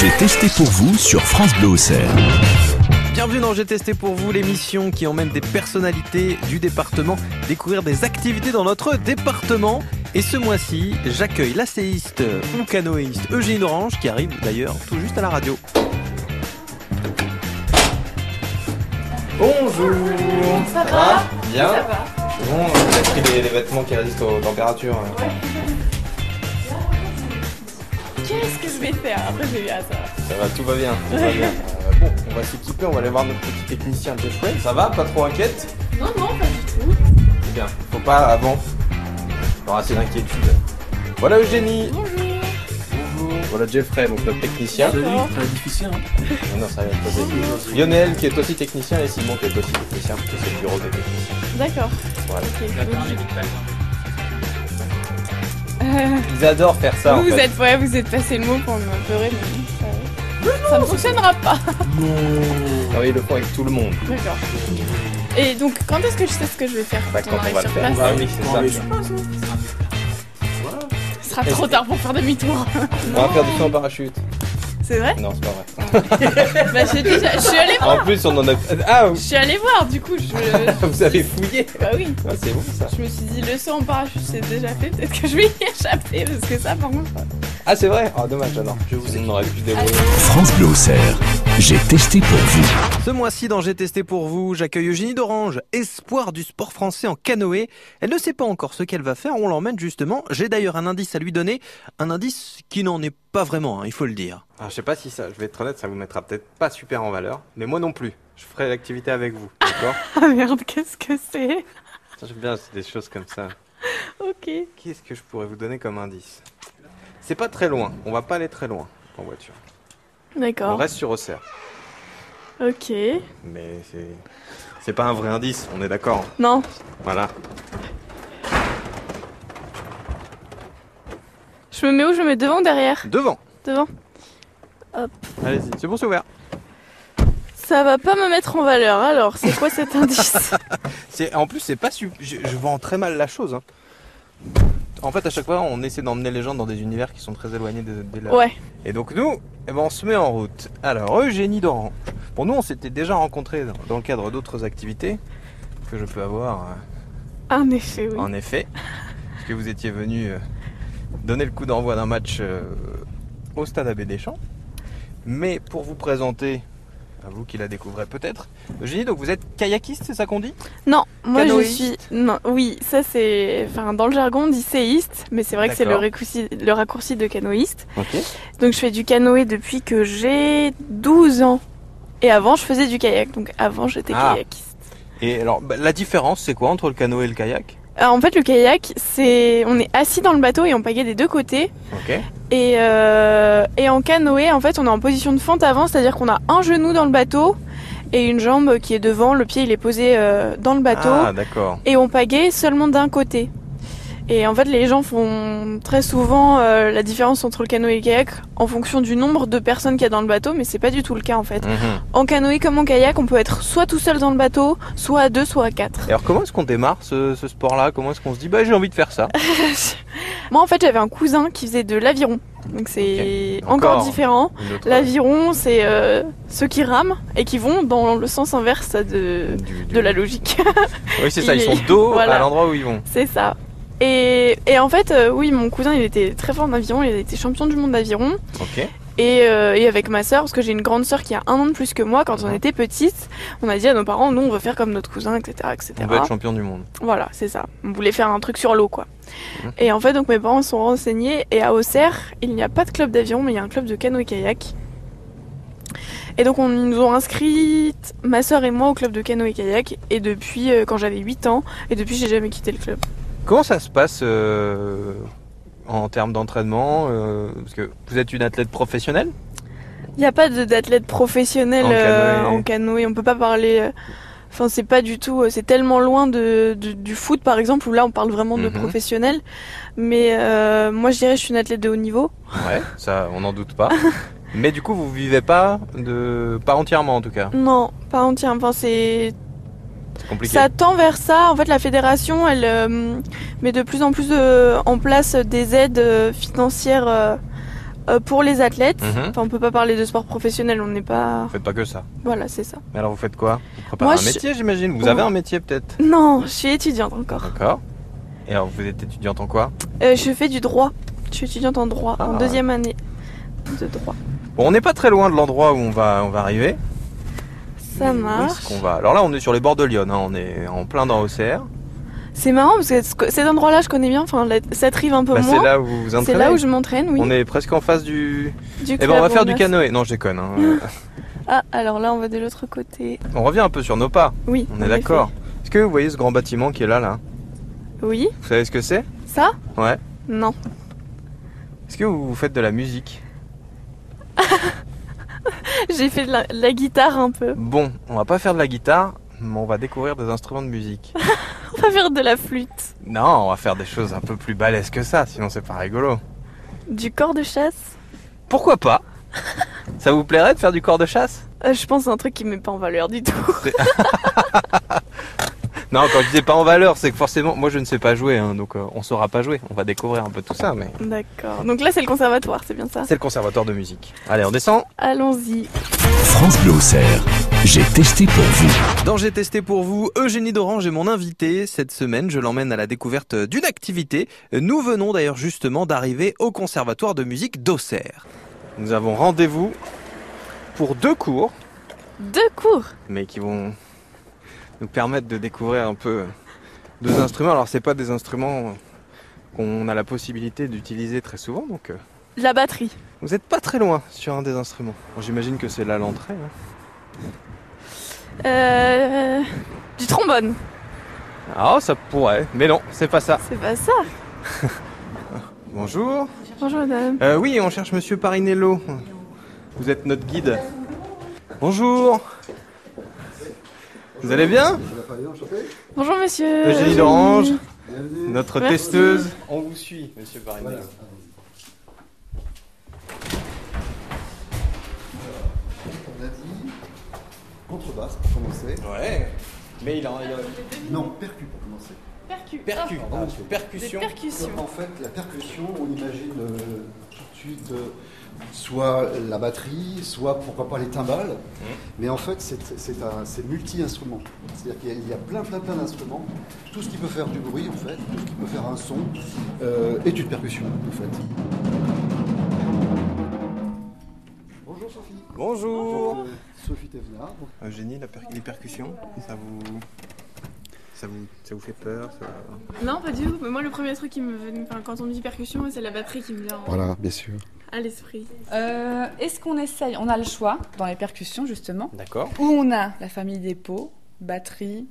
J'ai testé pour vous sur France Bleu Auxerre. Bienvenue dans J'ai testé pour vous l'émission qui emmène des personnalités du département découvrir des activités dans notre département. Et ce mois-ci, j'accueille l'asséiste ou canoéiste Eugénie Orange qui arrive d'ailleurs tout juste à la radio. Bonjour Ça va Bien Ça va. Bon, vous avez pris les, les vêtements qui résistent aux températures. hein. Qu'est-ce que je vais faire Après, je vais bien ça. va. Ça va, tout va bien. tout va bien. Euh, bon, on va s'équiper, on va aller voir notre petit technicien Jeffrey. Ça va Pas trop inquiète Non, non, pas du tout. C'est bien. Faut pas avant. Il y aura assez d'inquiétude. Voilà Eugénie Bonjour. Voilà Jeffrey, donc notre technicien. Bonjour. Ça va être difficile, hein Non, non, ça va être pas possible. Lionel qui est aussi technicien et Simon qui est aussi technicien parce que c'est le bureau des techniciens. D'accord. Voilà. Ok. Ils adorent faire ça Euh, vous, en vous fait. êtes, ouais, vous êtes passé le mot pour me pleurer, mais ça, ça ne fonctionnera pas. Ah oui, ils le font avec tout le monde. D'accord. Et donc, quand est-ce que je sais ce que je vais faire Bah, quand quand on on va arrive le sur faire, on place va oui, c'est ça. Ce sera trop tard pour faire demi-tour. On va faire du saut en parachute. C'est vrai Non, c'est pas vrai. Bah, j'ai déjà- je suis allée voir. En plus, on en a. Ah, Je suis allée voir, du coup, je... vous avez fouillé Bah oui. Ah, C'est bon ça. Je me suis dit, le saut en parachute, c'est déjà fait. Peut-être que je vais y échapper, parce que ça, par contre... Ah, c'est vrai Ah, dommage alors. Je vous on aurait pu se débrouiller. France Bleu Auxerre, j'ai testé pour vous. Ce mois-ci dans J'ai testé pour vous, j'accueille Eugénie d'Orange, espoir du sport français en canoë. Elle ne sait pas encore ce qu'elle va faire, on l'emmène justement. J'ai d'ailleurs un indice à lui donner, un indice qui n'en est pas vraiment, hein, il faut le dire. Alors, je sais pas si ça, je vais être honnête, ça vous mettra peut-être pas super en valeur, mais moi non plus. Je ferai l'activité avec vous, d'accord Ah merde, qu'est-ce que c'est Ça, J'aime bien des choses comme ça. Ok. Qu'est-ce que je pourrais vous donner comme indice C'est pas très loin, on va pas aller très loin en voiture. On D'accord. reste sur Auxerre, Ok. mais c'est. C'est pas un vrai indice, on est d'accord. Non. Voilà. Je me mets où Je me mets devant, derrière Devant Devant. Allez-y, c'est bon, c'est ouvert. Ça va pas me mettre en valeur. Alors, c'est quoi cet indice C'est- En plus, c'est pas su- Je, je vends très mal la chose. hein. En fait, à chaque fois, on essaie d'emmener les gens dans des univers qui sont très éloignés des, des leurs. Ouais. Et donc nous, eh ben, on se met en route. Alors Eugénie d'Orange. Bon nous on s'était déjà rencontrés dans, dans le cadre d'autres activités que je peux avoir euh, En effet, oui. en effet. Parce que vous étiez venu euh, donner le coup d'envoi d'un match euh, au stade Abbé Deschamps. Mais pour vous présenter, à vous qui la découvrez peut-être, Eugénie, donc vous êtes kayakiste, c'est ça qu'on dit Non, moi je Canoïste. suis. Non, oui, ça c'est. Enfin, dans le jargon, on dit séiste, mais c'est vrai que c'est le D'accord. raccourci... le raccourci de canoïste. Ok. Donc, je fais du canoë depuis que j'ai 12 ans. Et avant, je faisais du kayak. Donc, avant, j'étais Ah. kayakiste. Et alors bah, la différence c'est quoi entre le canoë et le kayak Alors, Euh, en fait, le kayak, c'est. On est assis dans le bateau et on pagaie des deux côtés. Ok. Et, euh, et en canoë, en fait, on est en position de fente avant, c'est-à-dire qu'on a un genou dans le bateau et une jambe qui est devant, le pied il est posé euh, dans le bateau Ah d'accord. et on pagaie seulement d'un côté. Et en fait, les gens font très souvent euh, la différence entre le canoë et le kayak en fonction du nombre de personnes qu'il y a dans le bateau, mais c'est pas du tout le cas en fait. Mhm. En canoë comme en kayak, on peut être soit tout seul dans le bateau, soit à deux, soit à quatre. Et alors comment est-ce qu'on démarre ce, ce sport-là Comment est-ce qu'on se dit bah j'ai envie de faire ça Moi, en fait, j'avais un cousin qui faisait de l'aviron, donc c'est Ok. encore Encore. différent. Une autre- L'aviron, c'est euh, ceux qui rament et qui vont dans le sens inverse de, du- du- de la logique. Oui, c'est ça, Il ils est- sont dos Voilà. à l'endroit où ils vont. c'est ça. Et, et en fait, euh, oui, mon cousin, il était très fort en aviron, il était champion du monde d'aviron. Ok. Et, euh, et avec ma sœur, parce que j'ai une grande sœur qui a un an de plus que moi, quand on Mhm. était petite, on a dit à nos parents, nous, on veut faire comme notre cousin, etc. etc. On veut être champion du monde. Voilà, c'est ça. On voulait faire un truc sur l'eau, quoi. Mhm. Et en fait, donc mes parents se sont renseignés. Et à Auxerre, il n'y a pas de club d'avion, mais il y a un club de canoë-kayak. Et donc, on ils nous ont inscrites, ma sœur et moi, au club de canoë-kayak. Et depuis, euh, quand j'avais 8 ans, et depuis, j'ai jamais quitté le club. Comment ça se passe euh, en termes d'entraînement euh, Parce que vous êtes une athlète professionnelle Il n'y a pas de- d'athlète professionnel En euh, canoë. en canoë. On peut pas parler. euh, Enfin, c'est pas du tout. euh, C'est tellement loin de, de- du foot, par exemple, où là, on parle vraiment de Mhm. professionnel. Mais euh, moi, je dirais, je suis une athlète de haut niveau. Ouais, ça, on n'en doute pas. Mais du coup, vous vivez pas de pas entièrement en tout cas. Non, pas entier. Enfin, c'est C'est compliqué. ça tend vers ça. En fait, la fédération, elle euh, met de plus en plus euh, en place des aides euh, financières euh, euh, pour les athlètes. Mhm. Enfin, on peut pas parler de sport professionnel, on n'est pas. Vous faites pas que ça. Voilà, c'est ça. Mais alors vous faites quoi Vous préparez Moi, un je- métier, j'imagine. Vous Ouais. avez un métier peut-être. Non, je suis étudiante encore. D'accord. Et alors vous êtes étudiante en quoi Euh, je fais du droit. Je suis étudiante en droit, Ah, en ouais. deuxième année de droit. Bon, on n'est pas très loin de l'endroit où on va, on va arriver. Ça Où marche. est-ce qu'on va Alors là, on est sur les bords de Lyon. hein. On est en plein dans OCR. C'est marrant parce que ce- cet endroit-là, je connais bien. Enfin, la- cette rive un peu Bah, c'est moins. là où vous vous C'est entraînez. là où je m'entraîne, oui. On est presque en face du. Du Eh ben, on va club, faire du a- canoë. Non, je déconne. hein. Euh, Ah, alors là, on va de l'autre côté. on revient un peu sur nos pas. Oui. On en est effet. d'accord. Est-ce que vous voyez ce grand bâtiment qui est là, là Oui. Vous savez ce que c'est Ça Ouais. Non. Est-ce que vous faites de la musique J'ai fait de la, la guitare un peu. Bon, on va pas faire de la guitare, mais on va découvrir des instruments de musique. On va faire de la flûte. non, on va faire des choses un peu plus balèzes que ça, sinon c'est pas rigolo. Du corps de chasse. Pourquoi pas Ça vous plairait de faire du corps de chasse Euh, je pense à un truc qui met pas en valeur du tout. Non, quand je disais pas en valeur, c'est que forcément, moi je ne sais pas jouer, hein, donc euh, on saura pas jouer. On va découvrir un peu tout ça, mais. D'accord. Donc là, c'est le conservatoire, c'est bien ça C'est le conservatoire de musique. Allez, on descend. Allons-y. France Bleu Auxerre, j'ai testé pour vous. Dans J'ai testé pour vous, Eugénie Dorange est mon invitée. Cette semaine, je l'emmène à la découverte d'une activité. Nous venons d'ailleurs justement d'arriver au Conservatoire de musique d'Auxerre. Nous avons rendez-vous pour deux cours, Deux cours. mais qui vont nous permettre de découvrir un peu deux instruments. Alors, c'est pas des instruments qu'on a la possibilité d'utiliser très souvent, donc euh, La batterie. vous n'êtes pas très loin sur un des instruments. Bon, J'imagine que c'est là l'entrée. hein. Euh, Du trombone. Ah, ça pourrait, mais non, c'est pas ça. C'est pas ça. Bonjour. Bonjour madame. Euh, oui, on cherche Monsieur Parinello. Vous êtes notre guide. Bonjour. Vous allez bien Bonjour monsieur. Eugénie d'Orange, notre Merci. testeuse. On vous suit, Monsieur Parinello. On a dit contrebasse pour commencer. Ouais. Mais il a, il a- Non, percu pour commencer. Percu. percu. hein, pardon. percussion. En fait, la percussion, on imagine euh, tout de suite euh, soit la batterie, soit pourquoi pas les timbales. Mais en fait, c'est- c'est un- c'est multi-instrument. C'est-à-dire qu'il y a- il y, a plein, plein, plein d'instruments. Tout ce qui peut faire du bruit, en fait, tout ce qui peut faire un son, euh, est une percussion, en fait. Bonjour Sophie. Bonjour. Donc, euh, Sophie Thévenard. Donc, Eugénie, la per- les percussions, ça vous, ça vous, ça vous fait peur ça- Non, pas du tout. Mais moi, le premier truc qui me vient, enfin, quand on me dit percussion, c'est la batterie qui me vient en- Voilà, bien sûr. à l'esprit. Euh, Est-ce qu'on essaye On a le choix dans les percussions justement, D'accord. où on a la famille des pots, batterie,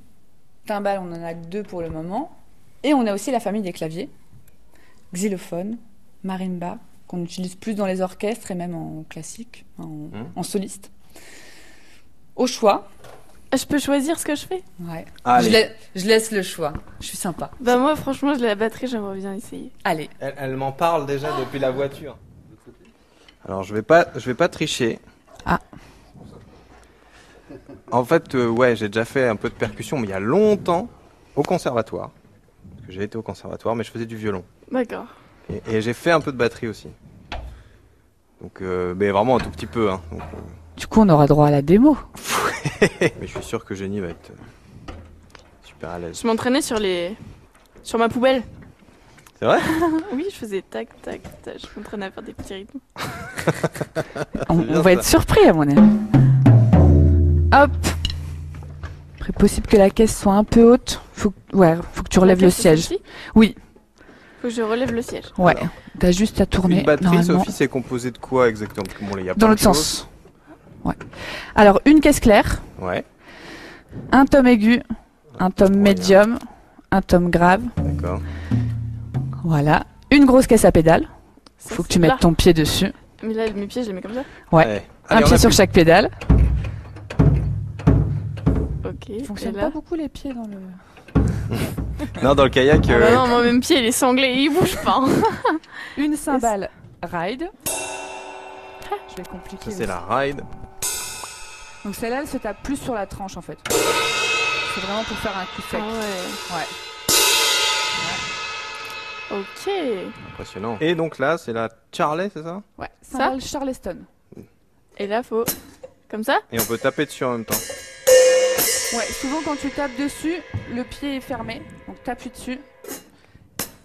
timbales, on en a que deux pour le moment, et on a aussi la famille des claviers, xylophone, marimba, qu'on utilise plus dans les orchestres et même en classique, en, en soliste. Au choix, Je peux choisir ce que je fais ouais. je, Allez. lai- je laisse le choix. Je suis sympa. Bah moi franchement, la batterie, j'aimerais bien essayer. Allez, Elle, elle m'en parle déjà depuis la voiture. Alors je vais pas, je vais pas tricher. Ah. En fait, euh, ouais, j'ai déjà fait un peu de percussion, mais il y a longtemps, au conservatoire. Parce que j'ai été au conservatoire, mais je faisais du violon. D'accord. Et, et j'ai fait un peu de batterie aussi. Donc, euh, mais vraiment un tout petit peu. Hein. Donc, euh, du coup on aura droit à la démo. mais je suis sûr que Jenny va être euh, super à l'aise. Je m'entraînais sur les sur ma poubelle. C'est vrai Oui, je faisais tac tac tac, je m'entraînais à faire des petits rythmes. On, C'est bien on va ça. être surpris à mon avis. Hop. Après, possible que la caisse soit un peu haute. Faut que, ouais, faut que tu relèves le Laquelle, c'est siège. celle-ci Oui. Faut que je relève le siège. Ouais. T'as juste à tourner Une batterie, normalement Sophie, c'est composé de quoi exactement Parce que bon, là, il y a plein dans de l'autre choses. sens. Ouais. Alors une caisse claire, Ouais, un tome aigu, un tome moyen. médium, un tome grave. d'accord. Voilà. Une grosse caisse à pédale. Ça, Faut que c'est tu là. mettes ton pied dessus. Mais là, mes pieds, je les mets comme ça. Ouais. Allez, on un pied appuie. sur chaque pédale. Ok. Il et eh ben. fonctionne là- pas beaucoup les pieds dans le. Non, dans le kayak. Ah euh, bah non, moi, même pied, il est sanglé, il bouge pas. hein. Une cymbale ride. Je vais Ça compliquer. c'est aussi. la ride. Donc celle-là, elle se tape plus sur la tranche en fait. C'est vraiment pour faire un coup sec. Ah ouais. Ouais. Ok. Impressionnant. Et donc là, c'est la Charlet, c'est ça Ouais, Parle Charleston. Et là, faut. Comme ça Et on peut taper dessus en même temps. Ouais, souvent quand tu tapes dessus, le pied est fermé, donc t'appuies dessus.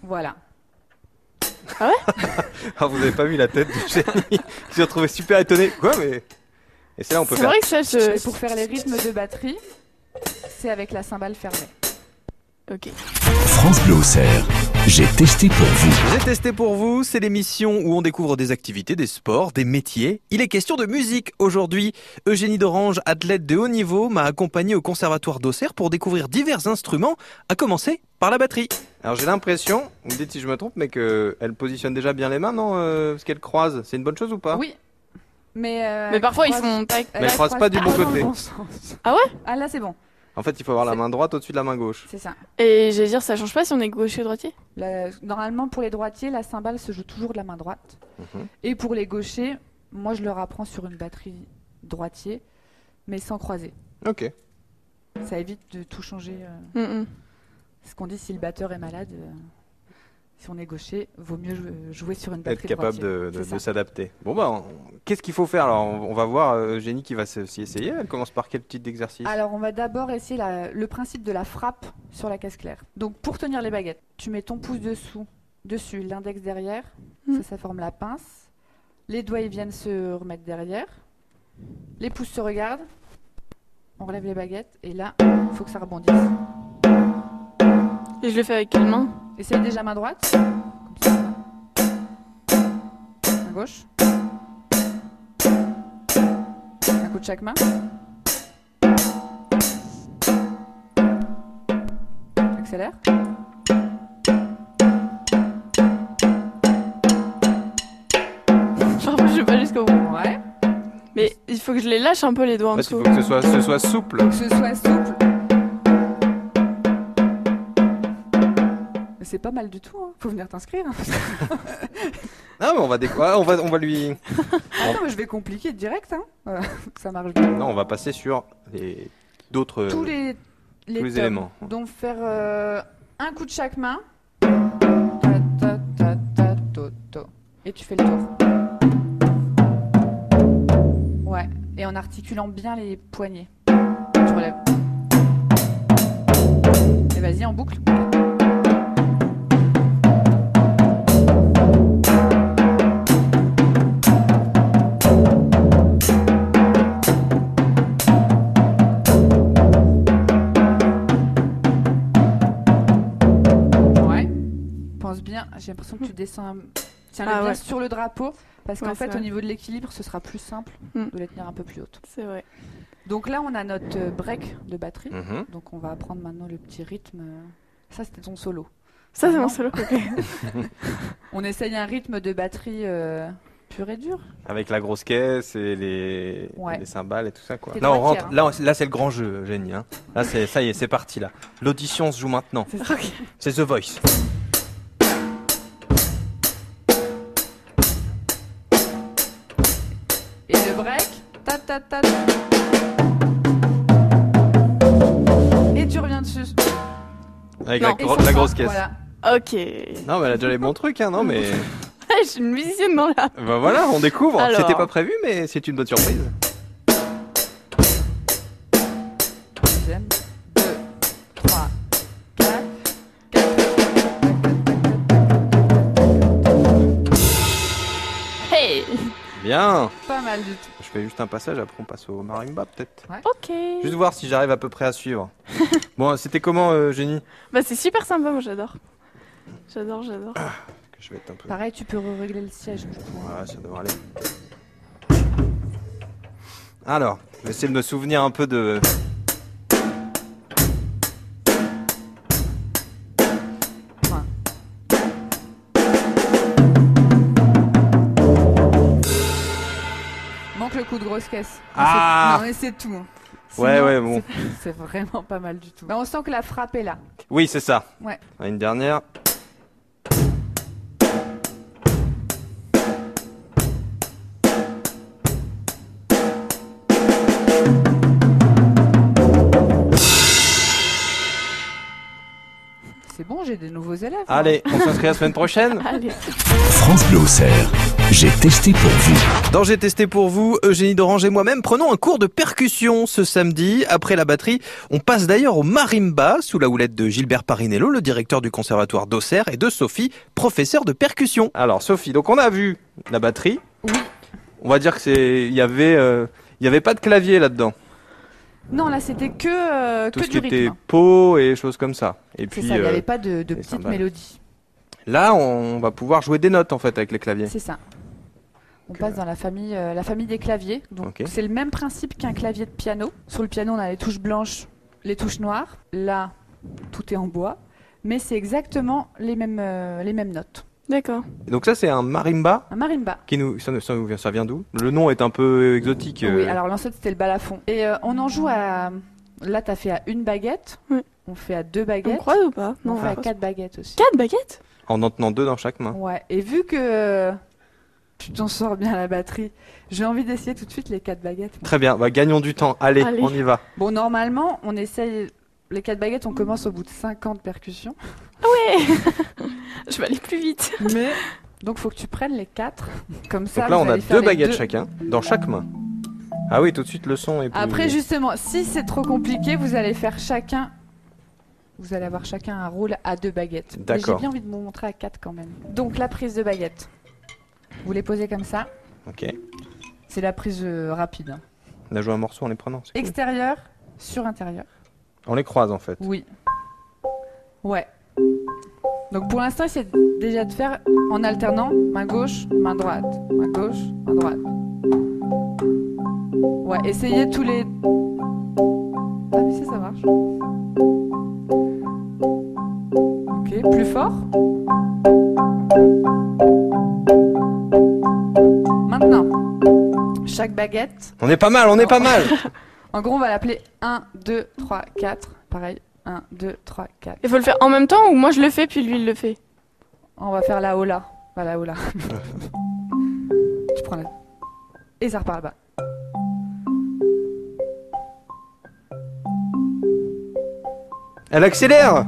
Voilà. Ah, vous avez pas vu la tête de Jenny Je l'ai retrouvé super étonné. Quoi, mais. Et c'est là, on peut C'est faire. vrai que ça, Et je. pour faire les rythmes de batterie, c'est avec la cymbale fermée. Ok. France Bleu Auxerre, j'ai testé pour vous. J'ai testé pour vous, c'est l'émission où on découvre des activités, des sports, des métiers. Il est question de musique aujourd'hui. Eugénie d'Orange, athlète de haut niveau, m'a accompagné au conservatoire d'Auxerre pour découvrir divers instruments, à commencer par la batterie. Alors, j'ai l'impression, vous me dites si je me trompe, mais qu'elle positionne déjà bien les mains, non euh, Parce qu'elle croise. C'est une bonne chose ou pas Oui. Mais, euh, Mais parfois, ils croise- sont. tac. Mais elle croise pas du bon dans le côté. bon sens. Ah ouais Ah là c'est bon, En fait, il faut avoir la C'est- main droite au-dessus de la main gauche. c'est ça. Et j'allais dire, ça change pas si on est gaucher ou droitier La- normalement pour les droitiers, la cymbale se joue toujours de la main droite. Mhm. Et pour les gauchers, moi je leur apprends sur une batterie droitier, mais sans croiser. Ok. Ça évite de tout changer. euh, Mm, mm. Ce qu'on dit si le batteur est malade, euh, si on est gaucher, vaut mieux jou- euh, jouer sur une batterie Être capable droitier. de, de- C'est de ça. s'adapter. Bon, bah, on- qu'est-ce qu'il faut faire Alors, on, on va voir euh, Eugénie qui va s'y essayer. Elle commence par quel type d'exercice Alors, on va d'abord essayer la- le principe de la frappe sur la caisse claire. Donc, pour tenir les baguettes, tu mets ton pouce dessous, dessus, l'index derrière, Mm. ça, ça forme la pince. Les doigts, ils viennent se remettre derrière. Les pouces se regardent. On relève les baguettes et là, il faut que ça rebondisse. Et je le fais avec quelle main Essaye déjà main droite. Comme ça. Main gauche. Un coup de chaque main. Accélère. Parfois, je vais pas jusqu'au bout. Ouais. Mais il faut que je les lâche un peu les doigts en En fait, dessous. il faut que ce soit, ce soit souple. Faut que ce soit souple. Mais c'est pas mal du tout. Hein. Faut venir t'inscrire. hein. Ah, mais on va, déco- ah, on va, on va lui. Ah non, mais je vais compliquer direct. Hein. Voilà, faut que ça marche bien. Non, on va passer sur les- d'autres Tous les, les Euh, tous les tomes. éléments. Donc faire euh, un coup de chaque main. Ta, ta, ta, ta, to, to. Et tu fais le tour. Ouais. Et en articulant bien les poignets. Tu relèves. Et Eh, vas-y en boucle. Ouais. Pense bien. J'ai l'impression que tu descends. un- Tiens-le Hmm. Ah bien ouais. sur le drapeau. Parce Ouais, qu'en c'est fait, vrai. au niveau de l'équilibre, ce sera plus simple Mm. de les tenir un peu plus haute. C'est vrai. Donc là, on a notre euh, break de batterie. Mhm. Donc on va apprendre maintenant le petit rythme. euh, Ça, c'était ton solo. Ça, c'est Non. mon solo. ok. On essaye un rythme de batterie euh, pur et dur. Avec la grosse caisse et les, Ouais. les cymbales et tout ça, quoi. T'es Là, on droitière, rentre. hein. Là, on- là, c'est le grand jeu, Eugénie. hein. Là, c'est ça y est, c'est parti. Là, l'audition se joue maintenant. C'est ça. C'est The Voice. Et le break. Ta, ta, ta, ta. Et tu reviens dessus. Avec Non. la, Et gro- sans la fin, grosse caisse. Voilà. Ok. Non, mais elle a déjà les bons trucs, hein, non Mais Je suis une musicienne dans la. bah voilà, on découvre. Alors. C'était pas prévu, mais c'est une bonne surprise. Deuxième. Deux. Trois. Quatre. Quatre. Tac, tac, tac, tac, tac. Hey Bien. Pas mal du tout. Je fais juste un passage. Après, on passe au marimba, peut-être. Ok. Juste voir si j'arrive à peu près à suivre. bon, c'était comment, euh, Eugénie Bah, c'est super sympa, moi j'adore. J'adore, j'adore. Ah. Je vais être un peu. Pareil, tu peux régler le siège du coup. Ouais, ça devrait aller. Alors, je vais essayer de me souvenir un peu de. Manque le coup de grosse caisse. Ah Non, mais c'est tout. hein. Ouais, Sinon, ouais, bon. c'est- C'est vraiment pas mal du tout. Mais on sent que la frappe est là. Oui, c'est ça. Ah, Ouais. Une dernière. C'est bon, j'ai des nouveaux élèves. moi. Allez, on s'inscrit la semaine prochaine hein. Allez. France Bleu Auxerre, J'ai testé pour vous. Dans J'ai testé pour vous, Eugénie d'Orange et moi-même prenons un cours de percussion ce samedi. Après la batterie, on passe d'ailleurs au marimba sous la houlette de Gilbert Parinello, le directeur du conservatoire d'Auxerre, et de Sophie, professeure de percussion. Alors Sophie, donc on a vu la batterie. Oui. On va dire que c'est, il y avait, euh, il y avait pas de clavier là-dedans. Non, là, c'était que, euh, Tout que ce du qui était rythme. pot et choses comme ça. Et C'est puis ça, il n'y euh, avait pas de, les de petite cymbales. mélodie. là, on va pouvoir jouer des notes en fait avec les claviers. C'est ça. On Donc, passe dans la famille, euh, la famille des claviers. Donc Ok. c'est le même principe qu'un clavier de piano. Sur le piano, on a les touches blanches, les touches noires. Là, tout est en bois, mais c'est exactement les mêmes, euh, les mêmes notes. D'accord. Donc ça, c'est un marimba. Un marimba. Qui nous, ça, nous- ça nous- ça vient d'où Le nom est un peu exotique. euh, Oui, alors l'ancêtre c'était le balafon. Et euh, on en joue à. Là, t'as fait à une baguette. Oui. On fait à deux On baguettes. croise ou pas On Non. fait à quatre baguettes aussi. 4 baguettes En en tenant deux dans chaque main. Ouais, et vu que euh, tu t'en sors bien à la batterie, j'ai envie d'essayer tout de suite les quatre baguettes. Très bien, bah, gagnons du temps. Allez, Allez. on y va. Bon, normalement, on essaye les quatre baguettes, on commence au bout de 50 percussions. Je vais aller plus vite. Mais donc faut que tu prennes les quatre comme ça. Donc là, vous on a allez faire deux les baguettes deux. chacun dans chaque main. Ah oui, tout de suite le son est plus. Après justement, si c'est trop compliqué, vous allez faire chacun vous allez avoir chacun un rôle à deux baguettes. Mais D'accord. J'ai bien envie de vous montrer à quatre quand même. Donc la prise de baguette. Vous les posez comme ça. Ok. C'est la prise euh, rapide. hein. On a joué un morceau en les prenant. c'est cool. Extérieur sur intérieur. On les croise en fait. Oui. Ouais. Donc pour l'instant, c'est déjà de faire en alternant main gauche, main droite, main gauche, main droite. Ouais, essayez tous les. Ah, mais si ça marche. Ok, plus fort. Maintenant, chaque baguette On est pas mal, on est pas mal. en gros, on va l'appeler 1, 2, 3, 4. Pareil, 1, 2, 3, 4. Il faut le faire en même temps ou moi je le fais puis lui il le fait On va faire la hola. Enfin, la hola. Je prends la. Et ça repart là-bas. Elle accélère.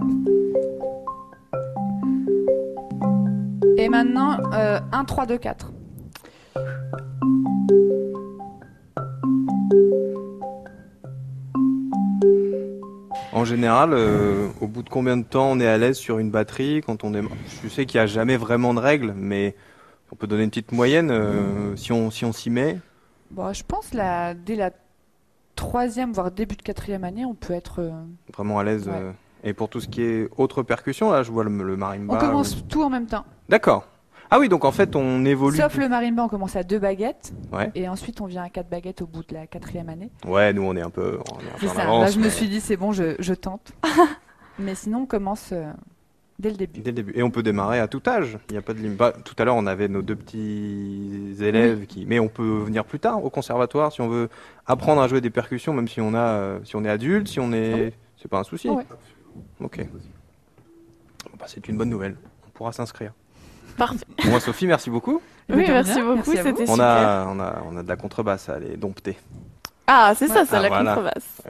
Et maintenant, euh, 1, 3, 2, 4. En général, euh, au bout de combien de temps on est à l'aise sur une batterie quand on est Je sais qu'il n'y a jamais vraiment de règles, mais on peut donner une petite moyenne euh, si on si on s'y met. Bon, je pense là, dès la troisième, voire début de quatrième année, on peut être. euh, vraiment à l'aise. Ouais. euh, Et pour tout ce qui est autre percussion, là, je vois le, le marimba. On commence euh, tout en même temps. D'accord. Ah oui, donc en fait, on évolue. Sauf le marimba, on commence à deux baguettes. Ouais. Et ensuite, on vient à quatre baguettes au bout de la quatrième année. Ouais, nous, on est un peu, on est un peu C'est en ça. avance. Là, je me mais- suis dit, c'est bon, je, je tente. mais sinon, on commence euh, dès le début. Dès le début. Et on peut démarrer à tout âge. Il n'y a pas de limite. Bah, tout à l'heure, on avait nos deux petits élèves qui. Mais on peut venir plus tard au conservatoire si on veut apprendre à jouer des percussions, même si on a, euh, si on est adulte, si on est. C'est pas un souci. Ah Ouais. Ok. Bon, bah, c'est une bonne nouvelle. On pourra s'inscrire. Parfait. Bon, bah, Sophie, merci beaucoup. Oui, De merci rien, beaucoup, merci à vous. c'était On super. a, on a, on a de la contrebasse à les dompter. Ah, c'est ça, c'est Ah, la voilà. contrebasse.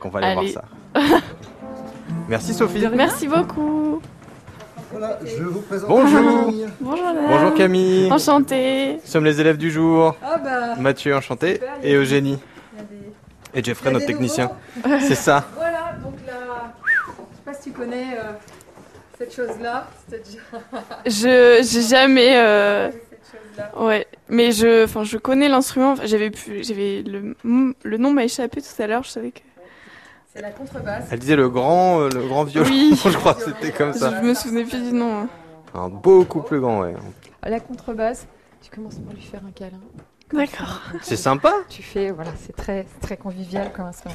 qu'on va aller Allez. voir ça. Merci Sophie. Merci beaucoup. Voilà, je vous présente. Bonjour. Bonjour Alain. Bonjour Camille. Enchantée. Nous sommes les élèves du jour. Ah bah, Mathieu, enchanté. Et Eugénie. Et Geoffrey, notre technicien. C'est ça. Voilà, donc là, je sais pas si tu connais euh, cette chose-là, cette, Je j'ai jamais euh, cette chose-là. ouais, mais je enfin je connais l'instrument, Enfin, j'avais pu j'avais le le nom m'a échappé tout à l'heure, je savais que C'est la contrebasse. Elle disait le grand, euh, le grand violon. Oui. Je crois que c'était comme ça. Je me souvenais plus du nom. hein. Un beaucoup plus grand, ouais. La contrebasse, tu commences par lui faire un câlin. D'accord. C'est sympa. Tu fais, voilà, c'est très, c'est très convivial comme instrument.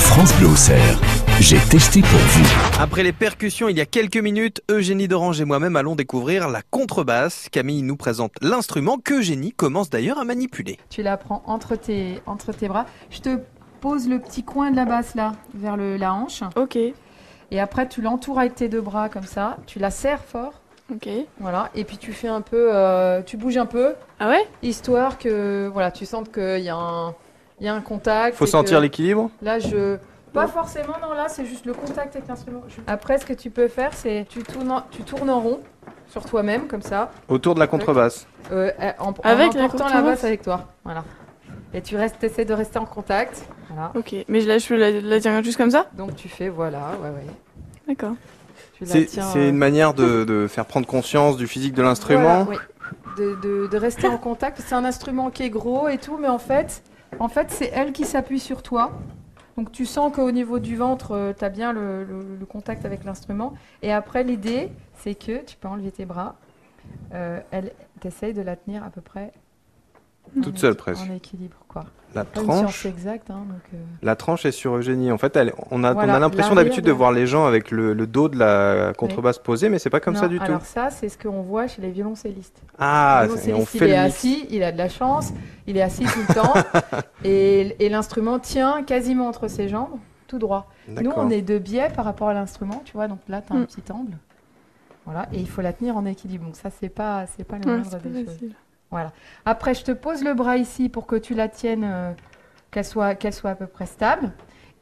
France Bleu Auxerre, j'ai testé pour vous. Après les percussions, il y a quelques minutes, Eugénie d'Orange et moi-même allons découvrir la contrebasse. Camille nous présente l'instrument qu'Eugénie commence d'ailleurs à manipuler. Tu la prends entre tes, entre tes bras. Je te pose le petit coin de la basse là, vers le, la hanche. OK. Et après, tu l'entoures avec tes deux bras comme ça. Tu la serres fort. OK. Voilà. Et puis tu fais un peu, euh, tu bouges un peu. Ah ouais histoire que voilà, tu sentes qu'il y, a un- il y a un contact. Faut et sentir que l'équilibre. Là, je. Pas forcément, non, là, c'est juste le contact avec l'instrument. Je- Après, ce que tu peux faire, c'est tu tournes en, tu tournes en rond sur toi-même, comme ça. Autour de la contrebasse. Euh, euh, en, en Avec la emportant la contrebasse. basse avec toi. Voilà. Et tu restes, essaies de rester en contact. Voilà. Ok, mais je lâche la, la tiens juste comme ça Donc tu fais, voilà, ouais, ouais. D'accord. Tu la C'est tiens, c'est euh, une manière de, de faire prendre conscience du physique de l'instrument. Voilà, oui. de, de- de rester en contact. C'est un instrument qui est gros et tout, mais en fait, en fait c'est elle qui s'appuie sur toi. Donc tu sens qu'au niveau du ventre, tu as bien le, le- le contact avec l'instrument. Et après, l'idée, c'est que tu peux enlever tes bras. Euh, elle t'essaye de la tenir à peu près. en Toute seule, équi- presque. En équilibre, quoi. La Pas une science tranche, exacte, hein, donc. euh, la tranche est sur Eugénie. En fait, elle- on a, on Voilà, a l'impression l'arrière d'habitude de de la- voir les gens avec le, le dos de la contrebasse posée, mais c'est pas comme non, ça du Alors tout. ça, c'est ce qu'on voit chez les violoncellistes. Ah, Le c'est- on violoncelliste, fait il est le mix. assis, il a de la chance, il est assis tout le temps, et, et l'instrument tient quasiment entre ses jambes, tout droit. Nous, D'accord. on est de biais par rapport à l'instrument, tu vois, donc là, tu as un Mm. petit angle. Voilà, et il faut la tenir en équilibre, donc ça, c'est pas, c'est pas le Ouais, moindre c'est pas des choses. facile. Après, je te pose le bras ici pour que tu la tiennes, euh, qu'elle soit, qu'elle soit à peu près stable.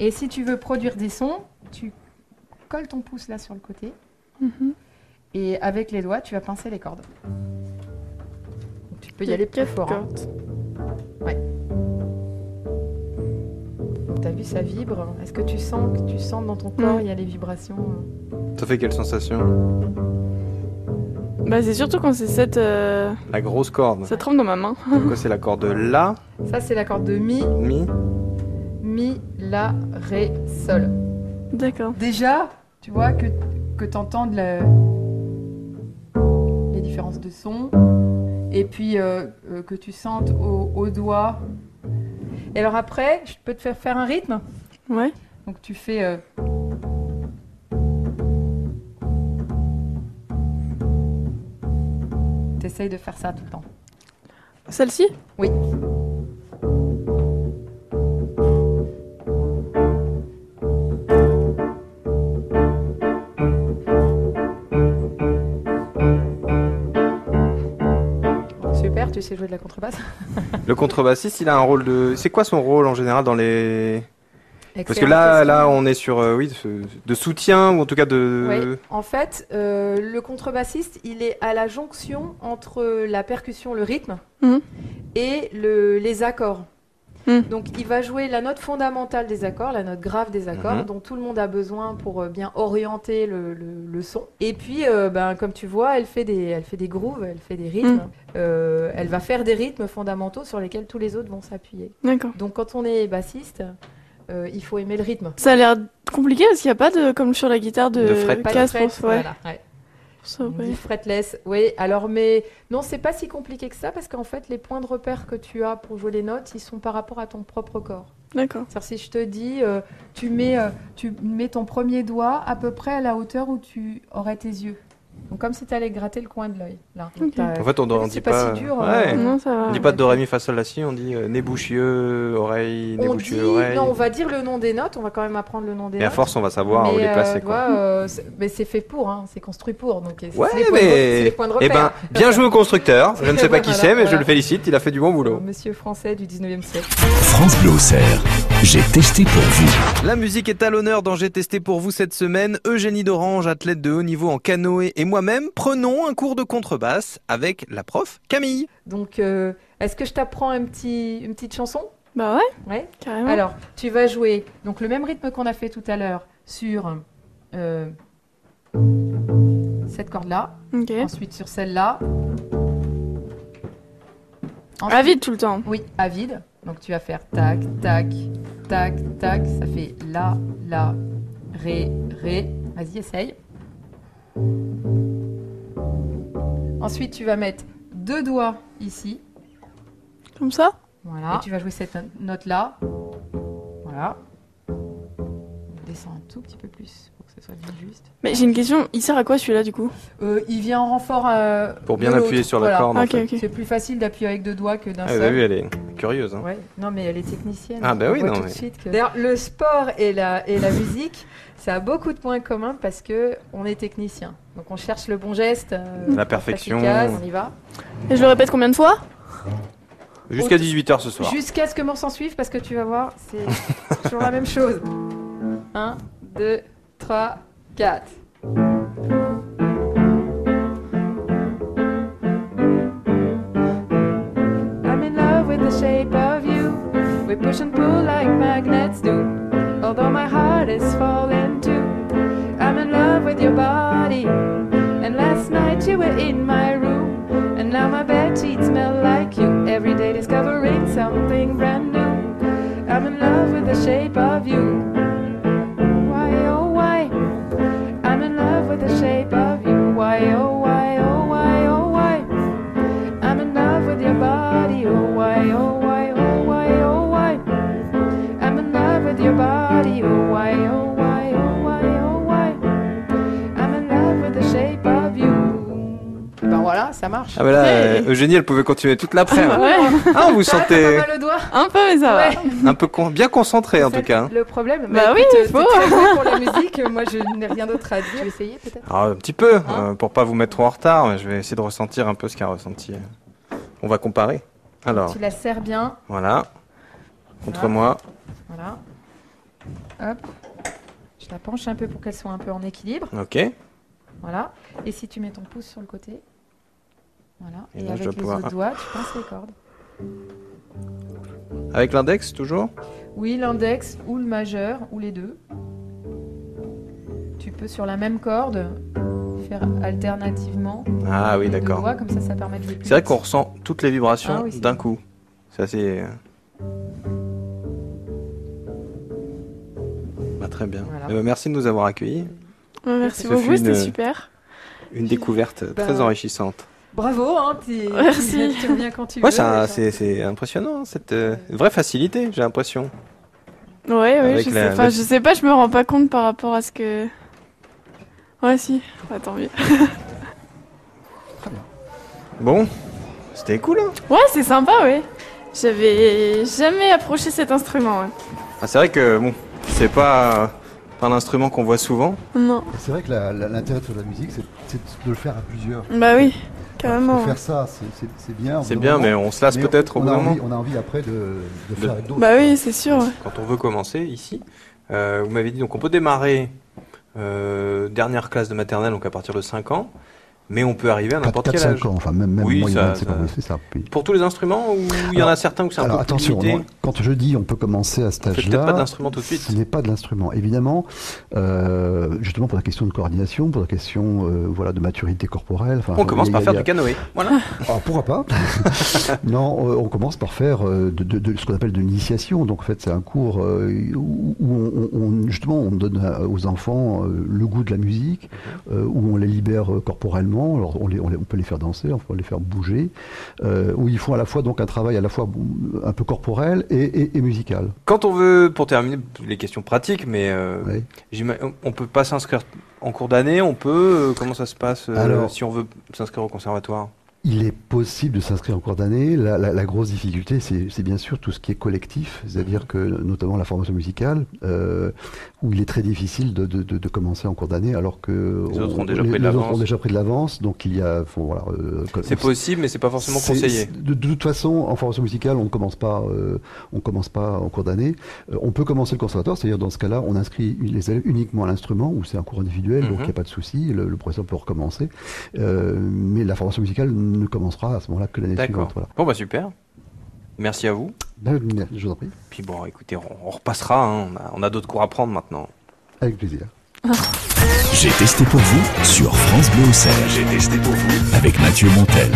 Et si tu veux produire des sons, tu colles ton pouce là sur le côté. Mhm. Et avec les doigts, tu vas pincer les cordes. Donc, tu peux y aller plus Quatre fort. hein. cordes. T'as vu, ça vibre. Est-ce que tu sens que tu sens dans ton corps, il y a les vibrations euh Ça fait quelle sensation Bah, c'est surtout quand c'est cette. euh, La grosse corde. Ça trempe dans ma main. Donc, quoi, c'est la corde La, Ça, c'est la corde de mi, Mi. mi, la, ré, sol. D'accord. Déjà, tu vois que, que t'entends de la- les différences de son et puis euh, euh, que tu sentes au, au doigt. Et alors après, je peux te faire faire un rythme Ouais. Donc tu fais. euh, T'essayes de faire ça tout le temps. Celle-ci Super, tu sais jouer de la contrebasse. Le contrebassiste, il a un rôle de. C'est quoi son rôle en général dans les. Parce que là, là, on est sur euh, oui, de, de soutien ou en tout cas de. Oui. En fait, euh, le contrebassiste, il est à la jonction entre la percussion, le rythme, Mhm. et le- les accords. Mhm. Donc, il va jouer la note fondamentale des accords, la note grave des accords, Mhm. dont tout le monde a besoin pour euh, bien orienter le, le- le son. Et puis, euh, ben, comme tu vois, elle fait des, elle fait des grooves, elle fait des rythmes. Mhm. Euh, elle va faire des rythmes fondamentaux sur lesquels tous les autres vont s'appuyer. D'accord. Donc, quand on est bassiste, euh, il faut aimer le rythme. Ça a l'air compliqué parce qu'il n'y a pas de. Comme sur la guitare de, De fret. Pas de casse fret, pour ouais. voilà, ouais. pour ça, On ouais. dit fretless, oui. Alors, mais non, c'est pas si compliqué que ça parce qu'en fait, les points de repère que tu as pour jouer les notes, ils sont par rapport à ton propre corps. D'accord. C'est-à-dire, si je te dis, euh, tu, mets, euh, tu mets ton premier doigt à peu près à la hauteur où tu aurais tes yeux. Donc, comme si tu allais gratter le coin de l'œil. Là. Donc, Ok. t'as- En fait, on ne c'est dit pas pas. si dur, ouais. euh, Non, ça va. On dit pas de do, ré, mi, fa, sol, la, si, on dit euh, nez bouchieux, oreille, nez on bouchieux, dit- oreille. non, on va dire le nom des notes, on va quand même apprendre le nom des Et à notes. force, on va savoir où mais, les euh, placer. tu quoi. vois, euh, c'est- mais c'est fait pour, hein, c'est construit pour. Donc, et c'est Ouais, les points de- c'est les mais. points de Eh repère. ben, bien joué au constructeur. Je ne sais pas qui Voilà, c'est, mais je voilà. le félicite. Il a fait du bon boulot. Monsieur français du 19e siècle. France Bleu Auxerre, j'ai testé pour vous. La musique est à l'honneur dans J'ai testé pour vous cette semaine. Eugénie d'Orange, athlète de haut niveau en canoë et moi-même prenons un cours de contrebasse avec la prof Camille. Donc, euh, est-ce que je t'apprends un petit, une petite chanson Bah ouais, Ouais. carrément. Alors, tu vas jouer donc le même rythme qu'on a fait tout à l'heure sur euh, cette corde-là, ok. ensuite sur celle-là. Ensuite- Ah, vite tout le temps. Oui, à vide. Donc, tu vas faire tac, tac, tac, tac. Ça fait la, la, ré, ré. Vas-y, essaye. Ensuite, tu vas mettre deux doigts ici. Comme ça Voilà. Et tu vas jouer cette note-là. Voilà. On descend un tout petit peu plus pour que ce soit bien juste. Mais j'ai une question. Il sert à quoi celui-là du coup il vient en renfort. euh, Pour bien de l'autre. appuyer sur la Voilà. corde. en Ok, fait. ok. C'est plus facile d'appuyer avec deux doigts que d'un Ah, vous avez seul. vu, elle est curieuse. hein. Ouais. Non, mais elle est technicienne. Ah, bah On oui, voit non, tout de mais- suite que- D'ailleurs, le sport et la, et la musique, ça a beaucoup de points communs parce que on est technicien. Donc on cherche le bon geste. euh, La pour être perfection. efficace, on y va. Et je le répète combien de fois Jusqu'à 18h ce soir. Jusqu'à ce que mort s'en suive, parce que tu vas voir, c'est toujours la même chose. 1, 2, 3, 4. We push and pull like magnets do. Although my heart is falling too. I'm in love with your body. And last night you were in my room. And now my bed sheets smell like you. Every day discovering something brand new. I'm in love with the shape of you. Why, oh, why? I'm in love with the shape of you. Why, oh, why, oh, why, oh, why? I'm in love with your body. Oh, why, oh, why, oh, why, oh, why? I'm in love with your body. Oh, why, oh, why, oh, why, oh, why? I'm in love with the shape of you. Ben voilà, ça marche. Ah bah là, euh, Eugénie, elle pouvait continuer toute l'après. hein. Ouais, Ah, vous vous Ah, t'as sentez pas mal le doigt un peu, mais ça va. un peu con- bien concentré Ah, en tout cas. hein. Le problème, Bah oui, écoute, euh, faut. t'es très douée pour la musique, moi je n'ai rien d'autre à dire. Tu veux essayer peut-être Alors, un petit peu, Hein euh, pour pas vous mettre trop en retard, mais je vais essayer de ressentir un peu ce qu'a ressenti. euh. On va comparer. Alors, Tu la serres bien. voilà. Contre Voilà. moi. Voilà. Hop. Je la penche un peu pour qu'elle soit un peu en équilibre. Ok. Et Voilà. Et si tu mets ton pouce sur le côté. Voilà. Et Et, là, je avec dois les pouvoir- autres doigts, tu pinces les cordes. Avec l'index, toujours Oui, l'index ou le majeur ou les deux. Tu peux sur la même corde faire alternativement Ah oui, les deux d'accord. doigts, comme ça ça permet de les C'est vrai qu'on ressent toutes les vibrations Ah oui, c'est d'un vrai. coup. C'est assez. euh, Bah, très bien. Voilà. Eh ben, merci de nous avoir accueillis. Ouais, Merci Ce beaucoup, fut c'était une- euh, super. Une découverte Bah, très enrichissante. Bravo, hein, t'es- Merci. tu reviens quand tu Ouais, veux. c'est un- genre. c'est c'est impressionnant, cette euh, vraie facilité, j'ai l'impression. Ouais, ouais, Avec je la- sais pas, la- je sais pas, je me rends pas compte par rapport à ce que. Ouais, si. Bah, tant mieux. Bon, c'était cool. hein. Ouais, c'est sympa, ouais. J'avais jamais approché cet instrument. ouais. Ah, c'est vrai que, bon, c'est pas, euh, pas un instrument qu'on voit souvent. Non. C'est vrai que la- la- l'intérêt de faire de la musique, c'est c'est de le faire à plusieurs. Bah oui, Parce carrément. que Faire ça, c'est- c'est c'est bien. au C'est bout bien, d'un mais moment, on se lasse mais peut-être au on bout a d'un moment. envie- On a envie après de, de faire avec d'autres. Bah oui, c'est sûr. ouais. Quand on veut commencer ici, euh, vous m'avez dit donc on peut démarrer euh, dernière classe de maternelle, donc à partir de 5 ans, mais on peut arriver à n'importe quel 4-5 âge. ans, enfin même, même Oui, moyen, ça- c'est ça- pas c'est ça. oui. Pour tous les instruments, ou il y en a Alors- certains où c'est un Alors peu plus attention, limité moi, quand je dis on peut commencer à cet On fait peut-être pas âge-là, d'instrument tout de suite. ce n'est pas de l'instrument. Évidemment, euh, justement pour la question de coordination, pour la question euh, voilà, de maturité corporelle. enfin, On commence il y par a- il y faire a- du canoë. Voilà. Alors Ah, pourquoi pas Non, euh, on commence par faire euh, de, de- de ce qu'on appelle de l'initiation. Donc en fait, c'est un cours euh, où où on, on- justement on donne à- aux enfants euh, le goût de la musique, euh, où on les libère euh, corporellement. Alors on, les- on les- on peut les faire danser, on peut les faire bouger, euh, où ils font à la fois donc un travail à la fois euh, un peu corporel et, et- et musical. Quand on veut, pour terminer les questions pratiques, mais euh, Oui. j'ima- on- on peut pas s'inscrire en cours d'année, on peut. euh, comment ça se passe euh, Alors- si on veut s'inscrire au conservatoire Il est possible de s'inscrire en cours d'année. La, la- la grosse difficulté, c'est c'est bien sûr tout ce qui est collectif, c'est-à-dire que notamment la formation musicale, euh, où il est très difficile de, de- de- de commencer en cours d'année, alors que Les on- autres ont déjà les- pris de les autres l'avance. ont déjà pris de l'avance. Donc il y a, faut- voilà, euh, co- C'est possible, mais c'est pas forcément c'est- conseillé. c'est- De, de toute façon, en formation musicale, on ne commence pas, euh, on commence pas en cours d'année. Euh, on peut commencer le conservatoire, c'est-à-dire dans ce cas-là, on inscrit les élèves uniquement à l'instrument où c'est un cours individuel, donc Mhm. il n'y a pas de souci. Le, le professeur peut recommencer, Euh, mais la formation musicale ne commencera à ce moment-là que l'année D'accord. suivante. Voilà. Bon bah super. Merci à vous. Ben, Je vous en prie, Puis bon, écoutez, on, on repassera, hein, on a, on a d'autres cours à prendre maintenant. avec plaisir. J'ai testé pour vous sur France Bleu Auxerre. J'ai testé pour vous avec Mathieu Montel.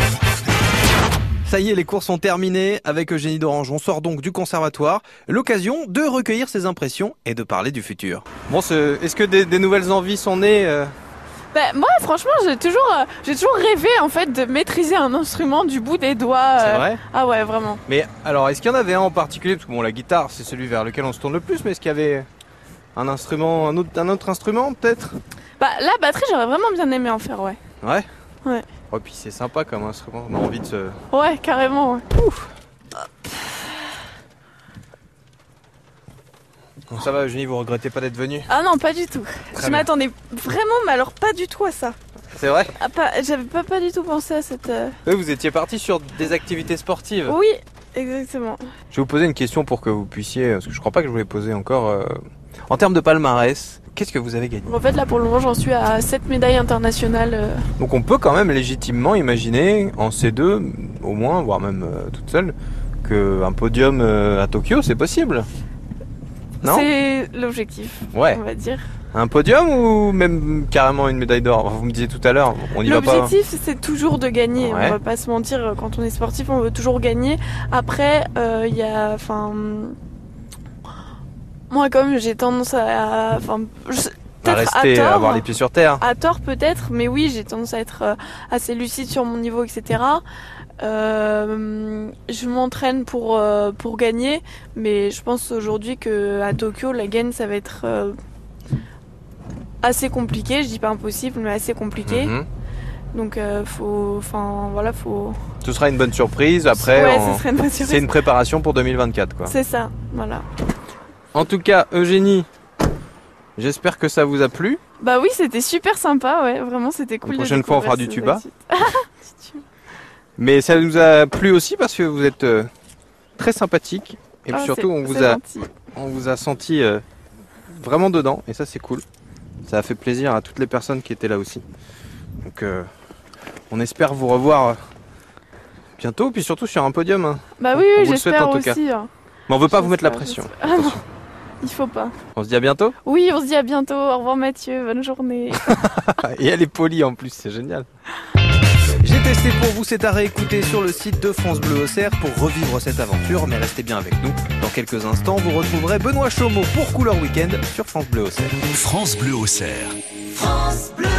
Ça y est, les cours sont terminés. Avec Eugénie d'Orange, on sort donc du conservatoire. L'occasion de recueillir ses impressions et de parler du futur. Bon, ce- est-ce que des, des nouvelles envies sont nées euh, Bah, moi, franchement, j'ai toujours, euh, j'ai toujours rêvé en fait de maîtriser un instrument du bout des doigts. C'est euh. vrai Ah ouais, vraiment. Mais alors, est-ce qu'il y en avait un en particulier Parce que bon, la guitare, c'est celui vers lequel on se tourne le plus, mais est-ce qu'il y avait un instrument, un autre, un autre instrument peut-être Bah, la batterie, j'aurais vraiment bien aimé en faire, ouais. Ouais Ouais. Oh, puis c'est sympa comme instrument, on a envie de se... Ouais, carrément. ouais. Bon, ça va Eugénie, vous regrettez pas d'être venu Ah non, pas du tout. Très je bien. m'attendais vraiment, mais alors pas du tout à ça. C'est vrai Ah, pas- J'avais pas, pas du tout pensé à cette. euh, Oui, vous étiez parti sur des activités sportives. Oui, exactement. Je vais vous poser une question pour que vous puissiez, parce que je crois pas que je vous l'ai posée encore. euh, En termes de palmarès, qu'est-ce que vous avez gagné En fait, là pour le moment, j'en suis à 7 médailles internationales. euh, Donc on peut quand même légitimement imaginer en C2, au moins, voire même euh, toute seule, Donc euh, un podium euh, à Tokyo, c'est possible Non C'est l'objectif, Ouais. on va dire. Un podium ou même carrément une médaille d'or Vous me disiez tout à l'heure, on y va pas. L'objectif, c'est toujours de gagner. Ouais. On va pas se mentir, euh, quand on est sportif, on veut toujours gagner. Après, euh, il y a, enfin, moi comme j'ai tendance à, enfin, je- À peut-être à rester, à tort, avoir les pieds sur terre. à tort peut-être, mais oui, j'ai tendance à être euh, assez lucide sur mon niveau, etc. Euh, je m'entraîne pour euh, pour gagner, mais je pense aujourd'hui que à Tokyo, la gagne, ça va être euh, assez compliqué. Je dis pas impossible, mais assez compliqué. Mhm. Donc euh, faut, enfin voilà, faut. Ce sera une bonne surprise. Après, ouais, on- ce serait une bonne c'est surprise. une préparation pour 2024. Quoi. C'est ça, voilà. En tout cas, Eugénie, j'espère que ça vous a plu. Bah oui, c'était super sympa, ouais, vraiment c'était cool. La les prochaine fois, on fera découvertes, du ces tuba. activités. Du tuba. Mais ça nous a plu aussi parce que vous êtes euh, très sympathique. Et puis Ah, surtout, c'est- on vous, c'est a, gentil. on vous a senti euh, vraiment dedans. Et ça, c'est cool. Ça a fait plaisir à toutes les personnes qui étaient là aussi. Donc, euh, on espère vous revoir euh, bientôt. Puis surtout sur un podium. hein. Bah On- oui, on oui vous le souhaite, j'espère en tout cas. aussi. hein. Mais on veut pas vous mettre la J'espère, pression. j'espère. Ah non, il faut pas. On se dit à bientôt. Oui, on se dit à bientôt. Au revoir Mathieu, bonne journée. Ah, Et elle est polie en plus, c'est génial. J'ai testé pour vous, c'est à réécouter sur le site de France Bleu Auxerre pour revivre cette aventure, mais restez bien avec nous. Dans quelques instants, vous retrouverez Benoît Chaumeau pour Couleur Weekend sur France Bleu Auxerre. France Bleu Auxerre. France Bleu.